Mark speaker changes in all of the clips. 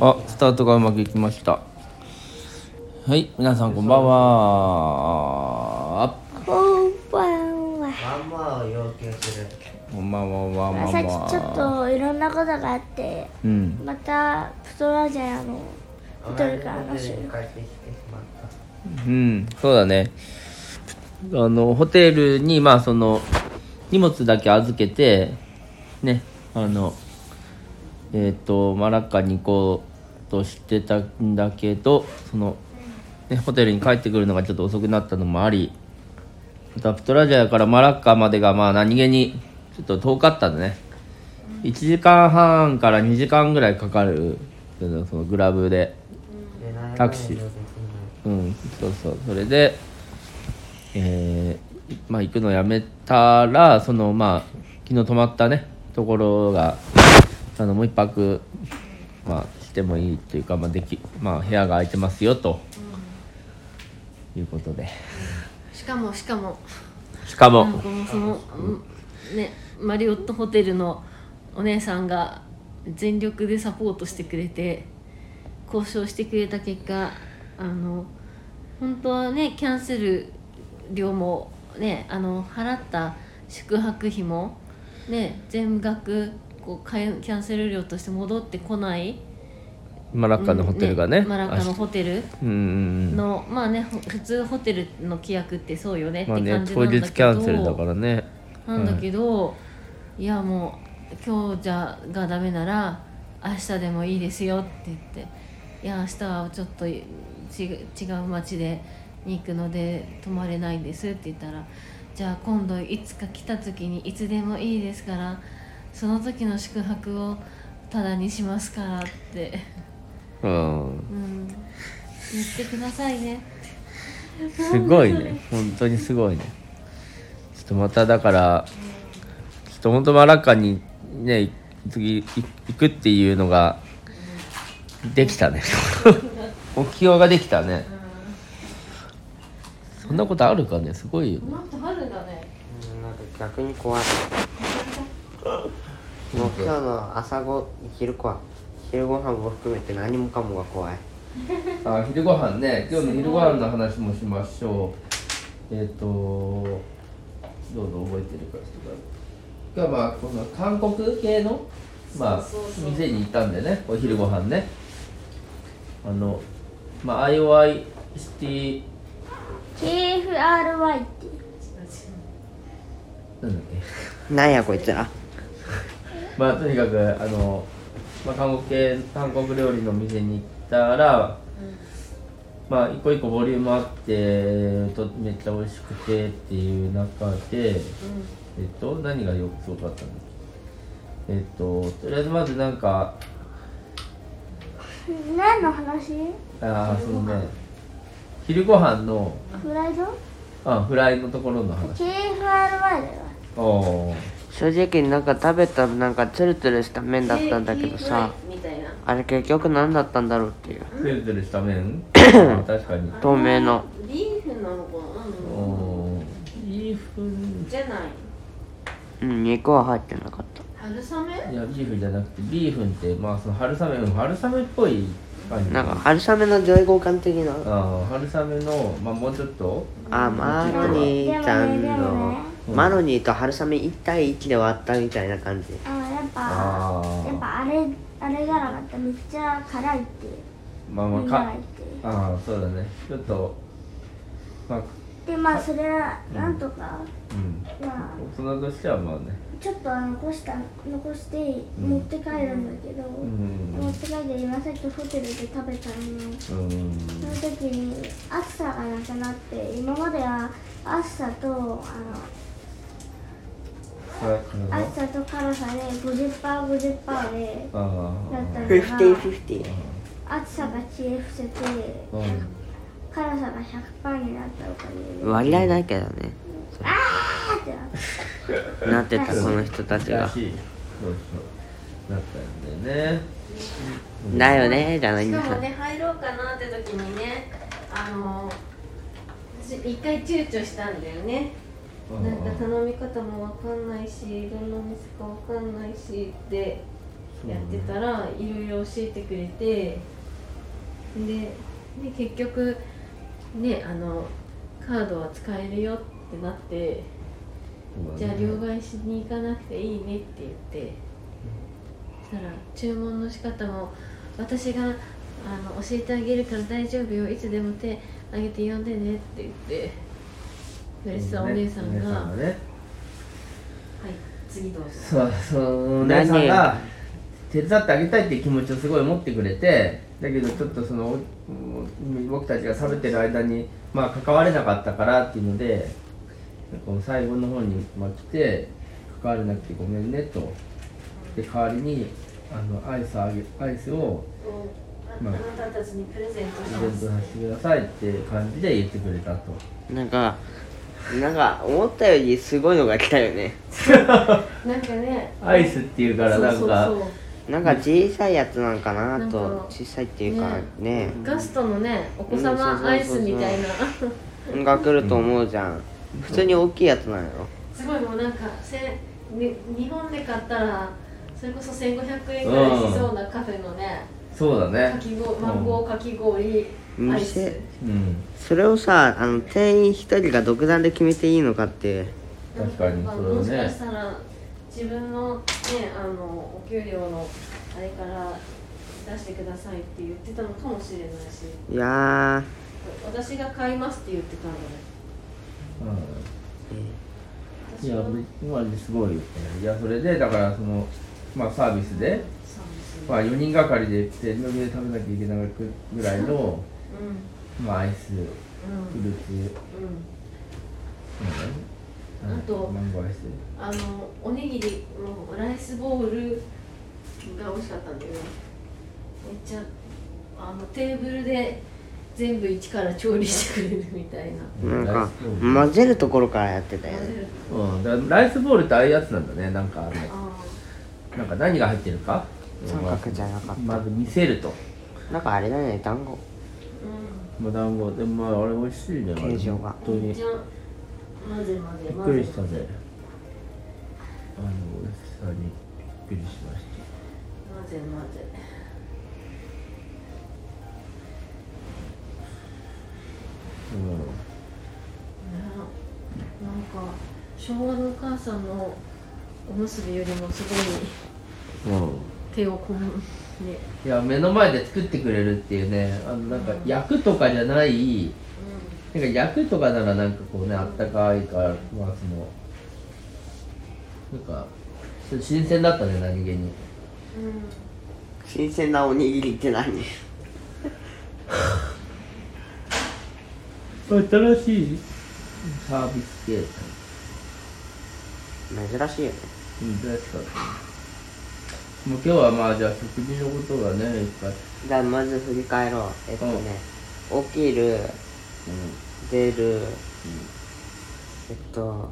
Speaker 1: あスタートがうまくいきましたはい皆さんこんばんは
Speaker 2: こんばんは。
Speaker 3: まんまを要求する
Speaker 1: こんばんはわんわんわん
Speaker 2: さっきちょっといろんなことがあって、
Speaker 1: うん
Speaker 2: またプトラジャのプトル
Speaker 3: 同じこ
Speaker 2: から
Speaker 3: と
Speaker 2: の
Speaker 3: で
Speaker 2: 収
Speaker 3: 帰
Speaker 2: 録。
Speaker 3: ってきてしまった
Speaker 1: うんそうだねあのホテルにまあその荷物だけ預けてねあのえっ、とマラッカに行こうとしてたんだけどその、ね、ホテルに帰ってくるのがちょっと遅くなったのもありまたプトラジアからマラッカまでがまあ何気にちょっと遠かったんでね1時間半から2時間ぐらいかかるそのそのグラブで。
Speaker 3: で7回
Speaker 1: タクシー
Speaker 3: も要求す
Speaker 1: うんそうそうそれでえーまあ行くのやめたらそのまあ昨日泊まったねところがあのもう一泊まあしてもいいというかまあできまあ部屋が空いてますよと、いうことで
Speaker 4: しかもしかも
Speaker 1: しかも
Speaker 4: なんかもうその、うんねマリオットホテルのお姉さんが全力でサポートしてくれて交渉してくれた結果あの本当はねキャンセル料もねあの払った宿泊費もね全額こうかえキャンセル料として戻ってこない
Speaker 1: マラッカのホテルがね,、
Speaker 4: うんマラッカのホテル
Speaker 1: うんうんうん
Speaker 4: の、まあねほ普通ホテルの規約ってそうよねって
Speaker 1: まあ
Speaker 4: 感じな
Speaker 1: ね
Speaker 4: んだけど、
Speaker 1: 当日キャンセルだからね
Speaker 4: なんだけど、いやもう今日じゃがダメなら明日でもいいですよって言っていや明日はちょっとち違う町でに行くので泊まれないんですって言ったらじゃあ今度いつか来た時にいつでもいいですからその時の宿泊をタダにしますからって、
Speaker 1: うん
Speaker 4: うん、言ってくださいね
Speaker 1: すごいね本当にすごいねちょっとまただからちょっと本当マラッカにね次い行くっていうのができたね 目標ができたねそんなことあるかねすごいよね
Speaker 4: なんかあるんだね
Speaker 3: るうんなんか逆に怖いもう今日の朝ご昼ご飯昼ご飯も含めて何もかもが怖い
Speaker 1: あ昼ご飯ね今日の昼ご飯の話もしましょうえっ、とどうぞ覚えてるかしてください今日はまあこの韓国系のまあ店に行ったんでねお昼ご飯ねあのまあ IOI シティ
Speaker 2: KFRY って
Speaker 1: なんだっけ
Speaker 3: なんやこいつら
Speaker 1: まあとにかくあの、まあ、韓国系韓国料理の店に行ったら、まあ一個一個ボリュームあってとめっちゃ美味しくてっていう中で、えっと何がよくすごかったんだっけえっととりあえずまずなんか
Speaker 2: 何の話？
Speaker 1: あーそのね昼ご飯の
Speaker 2: フライド
Speaker 1: あフライのところの話
Speaker 2: ？KFRY だよ。
Speaker 1: おお
Speaker 3: 正直なんか食べたなんかツルツルした麺だったんだけどさ
Speaker 4: みたいな
Speaker 3: あれ結局何だったんだろうっていう
Speaker 1: ツルツルした麺あ確かに
Speaker 3: 透明の
Speaker 4: ビーフなのかな
Speaker 1: おおビーフ
Speaker 4: じゃない
Speaker 3: うん肉は入ってなかった
Speaker 4: 春雨
Speaker 1: いやビーフじゃなくてビーフンってまあその春雨うん春雨っぽい感じ
Speaker 3: なんか春雨の上位互換的な
Speaker 1: あー春雨のまあもうちょっと
Speaker 3: あマロニーちゃん
Speaker 2: でもねでもね
Speaker 3: のマロニーと春雨1対1で割ったみたいな感じ
Speaker 2: あのやっぱ
Speaker 1: あー
Speaker 2: やっぱあれあれがなかっためっちゃ辛いって
Speaker 1: まあま
Speaker 2: みん
Speaker 1: あ
Speaker 2: なが
Speaker 1: か
Speaker 2: 言って。
Speaker 1: ああそうだねちょっとまあ
Speaker 2: でまあそれはなんとか、
Speaker 1: うん
Speaker 2: まあ
Speaker 1: 大人としてはまあね
Speaker 2: ちょっとは残した残して持って帰るんだけど、
Speaker 1: ん
Speaker 2: 持って帰って今さっきホテルで食べたの。
Speaker 1: うん
Speaker 2: その時に暑さがなくなって今までは暑さとあの
Speaker 1: それはこれは
Speaker 2: 暑さと辛さで 50%50% で
Speaker 1: あ
Speaker 2: だったのが
Speaker 3: 50-50
Speaker 2: 暑さが知恵伏せて
Speaker 1: あうん
Speaker 2: 辛さが100%になったおかげであ
Speaker 3: 割合だけどね
Speaker 2: ーってなって
Speaker 3: なってたこの人たち
Speaker 1: ら
Speaker 3: が
Speaker 1: しいそうそうだったんだよね
Speaker 3: だよねじゃない
Speaker 4: し
Speaker 3: ん
Speaker 4: か
Speaker 3: だ
Speaker 4: もね入ろうかなって時にねあの私一回躊躇したんだよね
Speaker 1: う
Speaker 4: なんか
Speaker 1: ん
Speaker 4: 頼み方もわかんないしどんな店かわかんないしってやってたらいろいろ教えてくれてでで結局ねあのカードは使えるよってなってじゃあ両替しに行かなくていいねって言ってそしたら注文の仕方も私があの教えてあげるから大丈夫よいつでも手あげて呼んでねって言って嬉しそうお姉さんが「
Speaker 1: お
Speaker 4: は
Speaker 1: 姉
Speaker 4: い
Speaker 1: さんがね
Speaker 4: 次どうぞ」
Speaker 1: そうそうお姉さんが手伝ってあげたいっていう気持ちをすごい持ってくれてだけどちょっとそのうん僕たちが喋ってる間にまあ関われなかったからっていうのでこの最後の方に、まあ、来て関われなくてごめんねとで代わりにあのアイスあげアイスをまあ
Speaker 4: あなたたちにプレゼント
Speaker 1: イベントさせてくださいって感じで言ってくれたと
Speaker 3: なんかなんか思ったよりすごいのが来たよね
Speaker 4: なんかね
Speaker 1: アイスっていうからなんか
Speaker 4: そうそうそう
Speaker 3: なんか小さいやつなんかなと
Speaker 4: なんか
Speaker 3: 小さいっていうかね
Speaker 4: ガストのねお子様アイスみたいな
Speaker 3: が来ると思うじゃん普通に大きいやつなんやろ
Speaker 4: すごいもうなんかせん、に日本で買ったらそれこそ1500円ぐらいしそうなカフェのね
Speaker 1: そうだ
Speaker 4: か
Speaker 1: ね
Speaker 4: きごマンゴーかき氷アイス
Speaker 3: 店
Speaker 1: うん
Speaker 3: それをさあの店員一人が独断で決めていいのかって
Speaker 1: 確かに
Speaker 4: まあ
Speaker 1: それはね
Speaker 4: もしかしたら自分のねあのお給料のあれから出してくださいって言ってたのかもしれないし
Speaker 3: いや
Speaker 4: 私が買いますって言ってたんだね
Speaker 1: うんい
Speaker 4: 私
Speaker 1: や
Speaker 4: は
Speaker 1: 今ですごいよねいやそれでだからそのまあサービスで、
Speaker 4: サービス
Speaker 1: まあ、4人がかりで手の上で食べなきゃいけないぐらいの、
Speaker 4: うん
Speaker 1: まあ、アイスフ
Speaker 4: うん
Speaker 1: ルーツ、
Speaker 4: うん
Speaker 1: うん
Speaker 4: あと
Speaker 1: マンゴーアイス
Speaker 4: あのおにぎりのライスボールが美味しかったんだよねめっちゃあのテーブルで全部一から調理してくれるみたいな
Speaker 3: ーなん
Speaker 1: ライ
Speaker 3: か
Speaker 1: スボール
Speaker 3: 混ぜるところからやってたよ
Speaker 4: 混ぜ
Speaker 3: ね
Speaker 4: る
Speaker 1: うん、だからライスボールってああいうやつなんだねなんかあの
Speaker 4: あ
Speaker 1: なんか何が入ってるか
Speaker 3: 三角じゃなかった
Speaker 1: まず見せると
Speaker 3: なんかあれだね団子
Speaker 4: ーう
Speaker 1: まあ団子でもまああれ美味しいねあれ
Speaker 3: 形状が
Speaker 1: 本当に
Speaker 4: んじゃあ混ぜ混
Speaker 1: び
Speaker 4: ぜ
Speaker 1: っ
Speaker 4: 混
Speaker 1: く
Speaker 4: ぜ
Speaker 1: りしたねあの美味しさにびっくりしました
Speaker 4: 混ぜ混ぜ
Speaker 1: う
Speaker 4: ねなんか昭和のお母さんのおむすびよりもすごい
Speaker 1: ん、うん、
Speaker 4: 手を込むね
Speaker 1: いや目の前で作ってくれるっていうねあのなんか焼くとかじゃないなんか焼くとかならなんかこうねあったかいからまあそのなんかちょっと新鮮だったね何気に
Speaker 4: うん、うん
Speaker 3: 新鮮なおにぎりって何
Speaker 1: 新しいサービス系
Speaker 3: 珍しいよね
Speaker 1: うん珍しかったねもう今日はまあじゃあ食事のことがねいっぱい
Speaker 3: じゃあまず振り返ろうえっとね起きる出るえっと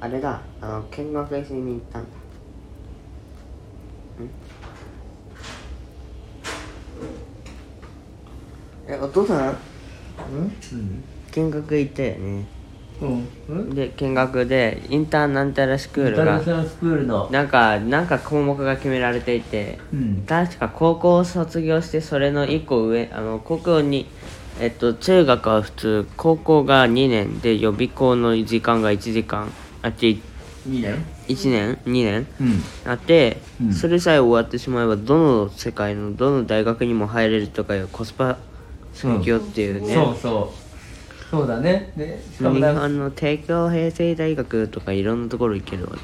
Speaker 3: あれだあの見学しに行ったんだんえお父さん
Speaker 1: うん
Speaker 3: 見学行ったよね
Speaker 1: うんうんうん
Speaker 3: で見学でインターなんたらスクー
Speaker 1: インタ
Speaker 3: ル
Speaker 1: ーナ
Speaker 3: が
Speaker 1: ショナルスクールの
Speaker 3: なんかなんか項目が決められていて
Speaker 1: うん
Speaker 3: 確か高校を卒業してそれの1個上あの高校にえっと中学は普通高校が2年で予備校の時間が1時間あっち
Speaker 1: いいね
Speaker 3: 1年2年
Speaker 1: うん
Speaker 3: あって、
Speaker 1: うん
Speaker 3: それさえ終わってしまえばどの世界のどの大学にも入れるとかいうコスパ最強っていうね、
Speaker 1: そうそうそうだねでしかも
Speaker 3: 日
Speaker 1: なんか
Speaker 3: 本の帝京平成大学とかいろんなところ行けるわ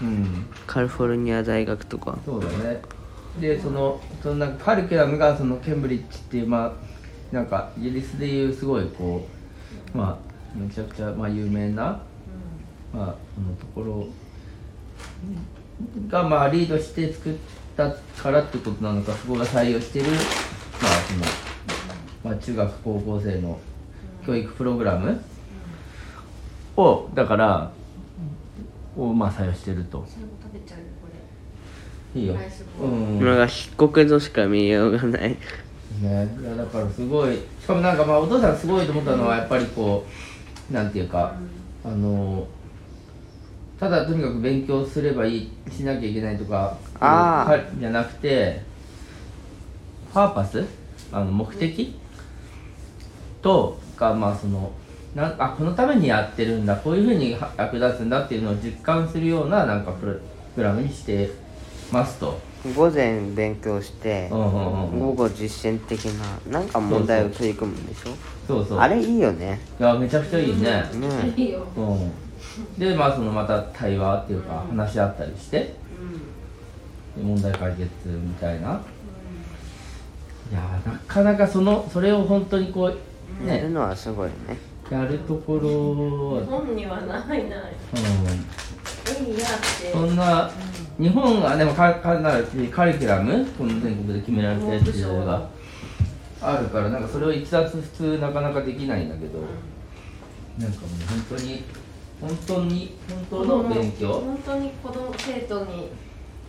Speaker 3: け
Speaker 1: うん
Speaker 3: カリフォルニア大学とか
Speaker 1: そうだねでそのそのなんかカリキュラムがそのケンブリッジっていうまあなんかイギリスでいうすごいこうまあめちゃくちゃまあ有名なまあそのところがまあリードして作ったからってことなのかそこが採用してるまあそのまあ中学高校生の教育プログラムをだからをまあ採用してると
Speaker 4: それも食べちゃうよこれ
Speaker 1: いいよ
Speaker 4: ライスボ
Speaker 1: う
Speaker 4: ー
Speaker 1: ん
Speaker 4: ル
Speaker 3: なんか漆黒としか見えようがない
Speaker 1: ね、いやだからすごいしかもなんかまあお父さんすごいと思ったのはやっぱりこうなんていうか、あのただとにかく勉強すればいいしなきゃいけないとか
Speaker 3: あー
Speaker 1: かじゃなくてパーパスあの目的とかまあそのなんあこのためにやってるんだこういうふうには役立つんだっていうのを実感するようななんかプログラムにしてますと。
Speaker 3: 午前勉強して、
Speaker 1: うんうんうんうん
Speaker 3: 午後実践的ななんか問題を取り組むんでしょ
Speaker 1: そうそう
Speaker 3: あれいいよね
Speaker 1: いやめちゃくちゃいいね、
Speaker 3: ね
Speaker 4: いいよ
Speaker 1: うん、でまあそのまた対話っていうか話し合ったりして、で問題解決みたいな、いやーなかなかそのそれを本当にこう
Speaker 3: や
Speaker 1: ね
Speaker 3: るのはすごいね
Speaker 1: やるところは、
Speaker 4: 本にはないない
Speaker 1: うん、
Speaker 4: 絵にやって
Speaker 1: そんな日本がでもかかなりカリキュラムこの全国で決められてるっていうのがあるからなんかそれを一冊普通なかなかできないんだけど、なんかもう本当に本当に本当の勉強、
Speaker 4: 本当に子供生徒に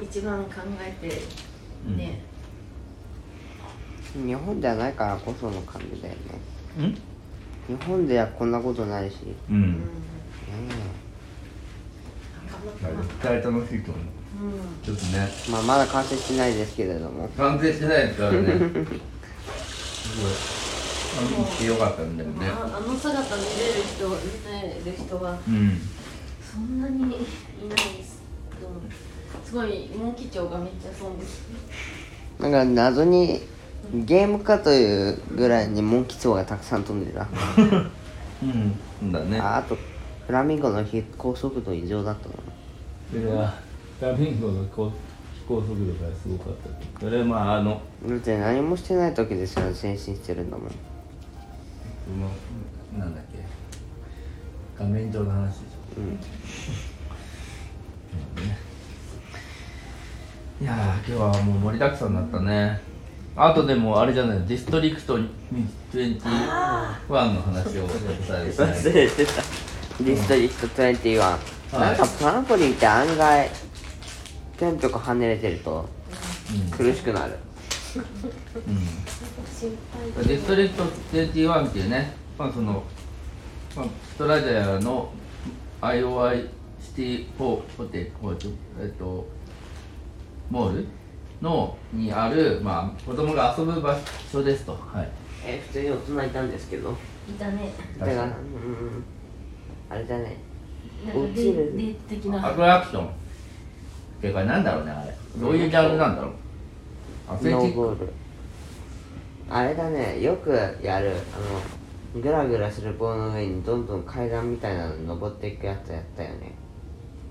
Speaker 4: 一番考えてね、
Speaker 3: 日本ではないからこその感じだよね
Speaker 1: うん
Speaker 3: 日本ではこんなことないし、ね
Speaker 1: う
Speaker 4: うんん、
Speaker 1: 絶対楽しいと思う
Speaker 4: うん
Speaker 1: ちょっとね
Speaker 3: えまあ、まだ完成してないですけれども
Speaker 1: 完成してないですからねすごいあのってよかったんだよね
Speaker 4: ああの姿見れる人見れる人は
Speaker 1: うん
Speaker 4: そんなにいないですと思うすごいモンキチョウがめっちゃ飛んで
Speaker 3: なんか謎にゲームかというぐらいにモンキツウがたくさん飛んでた
Speaker 1: うんそうだね
Speaker 3: ああとフラミンゴの飛行速度異常だったの
Speaker 1: それはラミンゴのこう飛行速度がすごかったそれはまああの
Speaker 3: だって何もしてない時ですよ前進してるんだもん
Speaker 1: そのなんだっけ画面上の話でしょ、うんねいやー今日はもう盛りだくさんだったねあとでもあれじゃないディストリクト21の話をお伝えしたい
Speaker 3: 忘れてたディストリクト21、
Speaker 1: い
Speaker 3: なんかトランポリンって案外ピョンとか跳ねれてると苦しくなる、
Speaker 1: うんうんディストリクト21っていうね、まあそのまあ、ストラジアの IOI シティホホテルホテル、えっと、モールのにある、まあ、子供が遊ぶ場所ですと、はい、
Speaker 3: え普通に大人いたんですけど
Speaker 4: いたね
Speaker 3: だからうんあれだね落ちる
Speaker 4: 霊的
Speaker 1: ア
Speaker 4: な
Speaker 1: トラクションっていうかなんだろうねあれどういうジャンルなんだろうアスレチ
Speaker 3: ノー
Speaker 1: ック
Speaker 3: ゴールあれだねよくやるあのグラグラする棒の上にどんどん階段みたいなの登っていくやつやったよね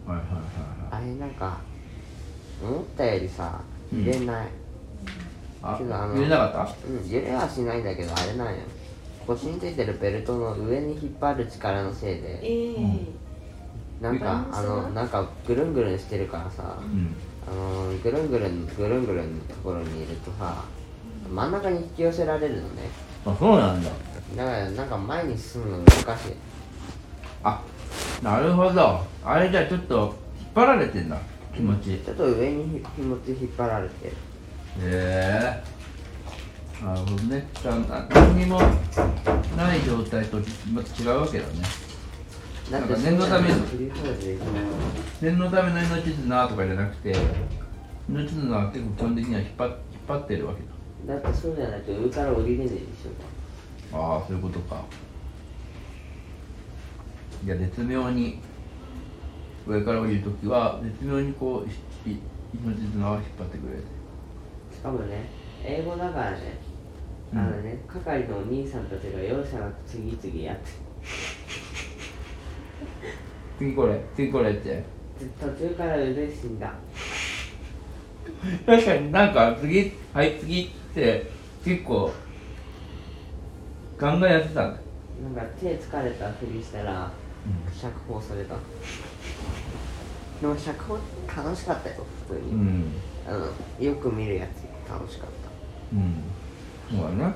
Speaker 1: はいはいはいはい
Speaker 3: あれなんか思ったよりさ
Speaker 1: うん
Speaker 3: 揺れない、
Speaker 1: あ
Speaker 3: けどあの
Speaker 1: 言えなかった
Speaker 3: うん揺れはしないんだけどあれなんよ腰についてるベルトの上に引っ張る力のせい
Speaker 4: え
Speaker 3: で
Speaker 4: え
Speaker 3: なんかあのなんかぐるんぐるんしてるからさ
Speaker 1: うん
Speaker 3: あのぐるんぐるんぐるんぐるんのところにいるとさ真ん中に引き寄せられるのね
Speaker 1: あそうなんだ
Speaker 3: だからなんか前に進むの難しい
Speaker 1: あなるほどあれじゃあちょっと引っ張られてんだ気持ちへ
Speaker 3: ちょっと上にひもつ引っ張られてる
Speaker 1: えなるほどねじゃあな何にもない状態とまた違うわけだねなんか念のために
Speaker 3: 振り放題で
Speaker 1: 念のための命綱とかじゃなくて命綱は結構基本的には引っ張っ引っ張ってるわけだ
Speaker 3: だってそうじゃないと上から降りれないでし
Speaker 1: ああそういうことかいや絶妙に上から降りるときは絶妙にこうひひ命綱を引っ張ってくれて
Speaker 3: ょしかもね英語だからねあのね、係のお兄さんたちが容赦なく次々やって
Speaker 1: 次これ次これって
Speaker 3: 途中から腕死んだ
Speaker 1: 確かになんか次はい次って結構ガンガンやってたんだ
Speaker 3: なんか手疲れたふりしたら釈放されたでも釈放楽しかったよ普通に、
Speaker 1: うん
Speaker 3: あのよく見るやつ楽しかっ
Speaker 1: うんそうだね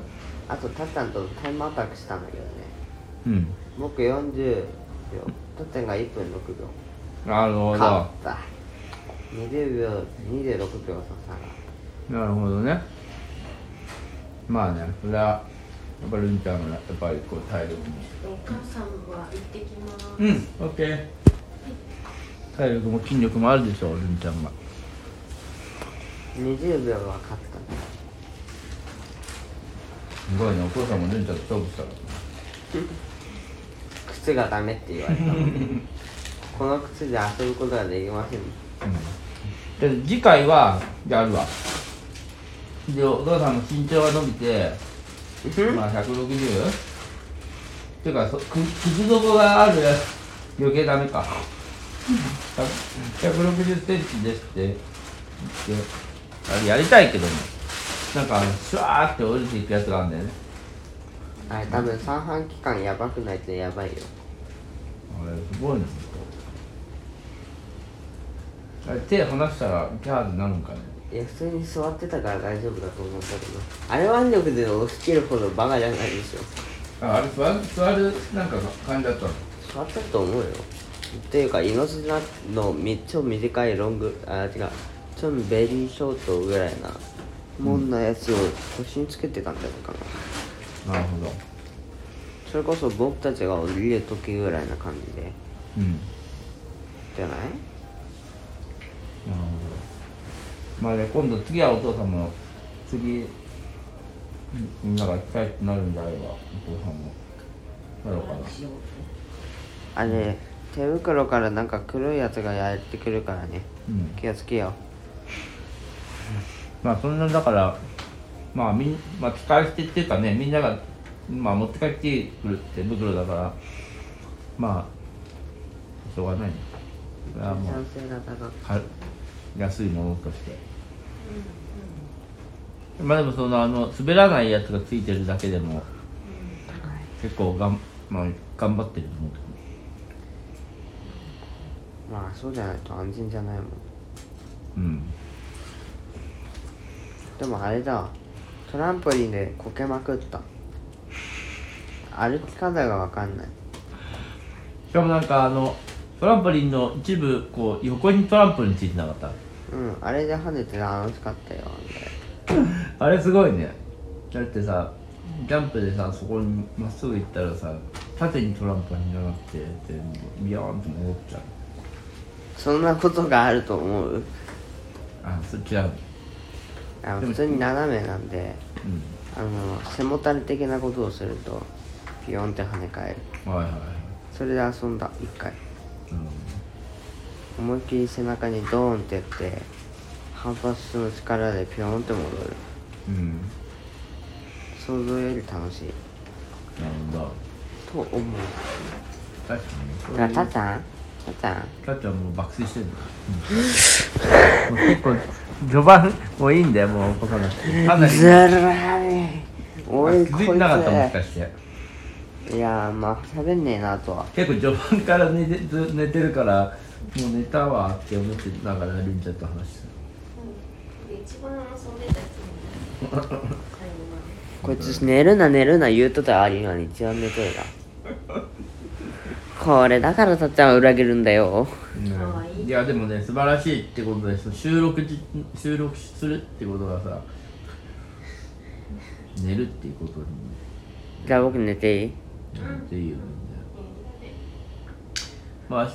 Speaker 3: たあとタッタンとタイムアタックしたんだけどね
Speaker 1: うん
Speaker 3: 僕40秒得点が1分6秒
Speaker 1: なるほど
Speaker 3: 勝った20秒26秒の差が
Speaker 1: なるほどねまあねそれはやっぱりルンちゃんがやっぱりこう体力も
Speaker 4: お母さんは行ってきます
Speaker 1: うんオッケー体力も筋力もあるでしょルンちゃんが
Speaker 3: 20秒は勝ったね
Speaker 1: すごいねお父さんもルンちゃんと勝負したか
Speaker 3: 靴がダメって言われたもんねこの靴で遊ぶことができません
Speaker 1: ら、うん、で次回はじゃああるわでお父さんも身長が伸びてまあ 160? っていうかそく靴底がある余計ダメか160センチですってであれやりたいけどもなんかあのシュワーって降りていくやつがあるんだよね
Speaker 3: あれ多分三半期間やばくないとやばいよ
Speaker 1: あれすごいねあれ手離したらギャーってなるんかね
Speaker 3: いや普通に座ってたから大丈夫だと思ったけどあれ腕力で押し切るほどバカじゃないでしょ
Speaker 1: ああれ座る座るなんか感じだったの
Speaker 3: 座ってると思うよっていうか命なのみ超短いロングあ違う超ベリーショートぐらいなもんなやつを腰につけてたんじゃないかな、
Speaker 1: なるほど
Speaker 3: それこそ僕たちが降りる時ぐらいな感じで
Speaker 1: うん
Speaker 3: じゃない
Speaker 1: なるほどまあね今度次はお父さんも次みんなが行きたいってなるんであればお父さんもやろうかな
Speaker 3: あれ手袋からなんか黒いやつがやってくるからね
Speaker 1: うん
Speaker 3: 気をつけよ
Speaker 1: まあそんなだからまあみん、まあ、使い捨てっていうかねみんなが、まあ、持って帰ってくる手袋だからまあしょうがないねそれ
Speaker 3: う
Speaker 1: はもう
Speaker 3: 賛成が高く
Speaker 1: は安いものとして、まあでもそのあの滑らないやつがついてるだけでも、結構がん、まあ、頑張ってると思う
Speaker 3: まあそうじゃないと安全じゃないもん
Speaker 1: うん
Speaker 3: でもあれだわトランポリンでこけまくった歩き方がわかんない
Speaker 1: しかもなんかあのトランポリンの一部こう横にトランポリンついてなかった
Speaker 3: うんあれで跳ねて楽しかったよ
Speaker 1: あれすごいねだってさジャンプでさそこにまっすぐ行ったらさ縦にトランポリンじゃなくてでビヨーンと戻っちゃう
Speaker 3: そんなことがあると思う
Speaker 1: あそっちは
Speaker 3: あの
Speaker 1: でも
Speaker 3: 普通に斜めなんで
Speaker 1: うん
Speaker 3: あの背もたれ的なことをするとピヨンって跳ね返る
Speaker 1: はいはいはい
Speaker 3: それで遊んだ一回
Speaker 1: うん
Speaker 3: 思いっきり背中にドーンってやって反発の力でピョーンって戻る
Speaker 1: うん
Speaker 3: 想像より楽しい
Speaker 1: なるほど
Speaker 3: と思う
Speaker 1: 確かにねそう
Speaker 3: だ
Speaker 1: い
Speaker 3: から
Speaker 1: う
Speaker 3: タタンタタン
Speaker 1: キャッチャーもう爆睡してるんだ、 もう結構序盤もういいんだよもうここのかなり
Speaker 3: ずらーい
Speaker 1: 気
Speaker 3: おいこい
Speaker 1: づいてなかったもしか
Speaker 3: つ
Speaker 1: して
Speaker 3: いやーまあ喋んねえなとは
Speaker 1: 結構序盤から寝てず寝てるからもう寝たわって思ってながらりんちゃんと話して
Speaker 5: で一番遊んでたやつも買い物で
Speaker 3: こいつ寝るな寝るな言うとったありのに一番寝とるなこれだからタタンは裏切るんだよ
Speaker 1: た、うん、いやでもね素晴らしいってことでその収録じ収録するってことがさ寝るっていうことに
Speaker 3: じゃあ僕寝ていい
Speaker 1: っていうのねまあ明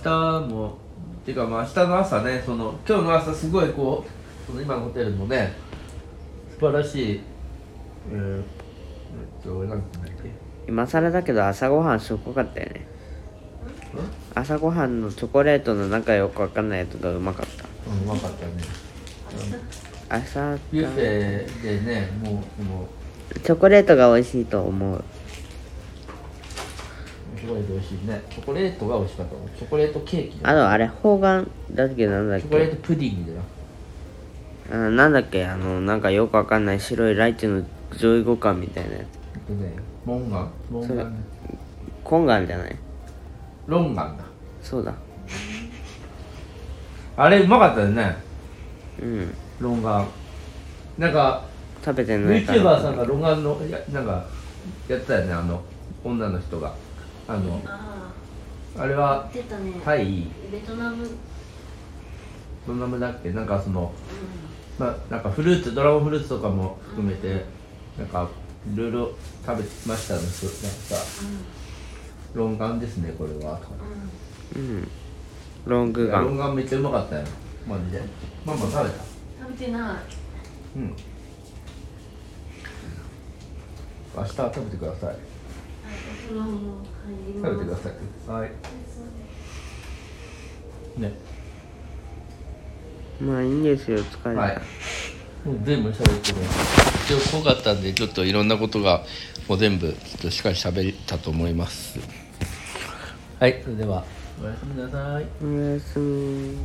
Speaker 1: 日もてかまあ明日の朝ねその今日の朝すごいこうその今のホテルのね素晴らしいえー、えっとなんて言うんだっけ
Speaker 3: 今更だけど朝ごはんすごかったよね朝ごはんのチョコレートの中よくわかんないやつがうまかっ
Speaker 1: うんうまかったね
Speaker 3: た朝
Speaker 1: ビュッフェでねもうも
Speaker 3: チョコレートが美味しいと思う
Speaker 1: うすごい美味しいねチョコレートが美味しかったチョコレートケーキだ
Speaker 3: あのあれ方眼だっけなんだっ
Speaker 1: チョコレ
Speaker 3: け
Speaker 1: ートプディングだよ
Speaker 3: あなんだっけあのなんかよくわかんない白いライチの上位互換みたいなやつ
Speaker 1: えっとねモンガンモンガン
Speaker 3: コンガンじゃない
Speaker 1: ロンガンだ
Speaker 3: そうだ
Speaker 1: あれうまかったよね
Speaker 3: うん
Speaker 1: ロンガンなんか
Speaker 3: 食べてないから
Speaker 1: YouTuber さんがロンガンのやなんかやってたよねあの女の人があの
Speaker 4: あ
Speaker 1: あれは
Speaker 4: あ出たね、
Speaker 1: タイ
Speaker 4: ベトナムうん
Speaker 1: どんな名前だっけなんかそのまあなんかフルーツドラゴンフルーツとかも含めてなんかいろいろ食べましたねそうなんかロンガンですねこれはとか
Speaker 4: うん
Speaker 3: うんロングガ
Speaker 1: ロン
Speaker 3: ン
Speaker 1: ガンめっちゃうまかったよマジでママ食べた
Speaker 4: 食べてない
Speaker 1: うん明日食べてください
Speaker 4: それはもう入りま
Speaker 1: 食べて
Speaker 4: す
Speaker 1: くださいはいね
Speaker 3: まあいいんですよ疲れた、
Speaker 1: はいもう全部喋ってる今日濃かったんでちょっといろんなことがもう全部ちょっとしっかり喋れたと思いますはいそれではおやすみなさい
Speaker 3: おやすみ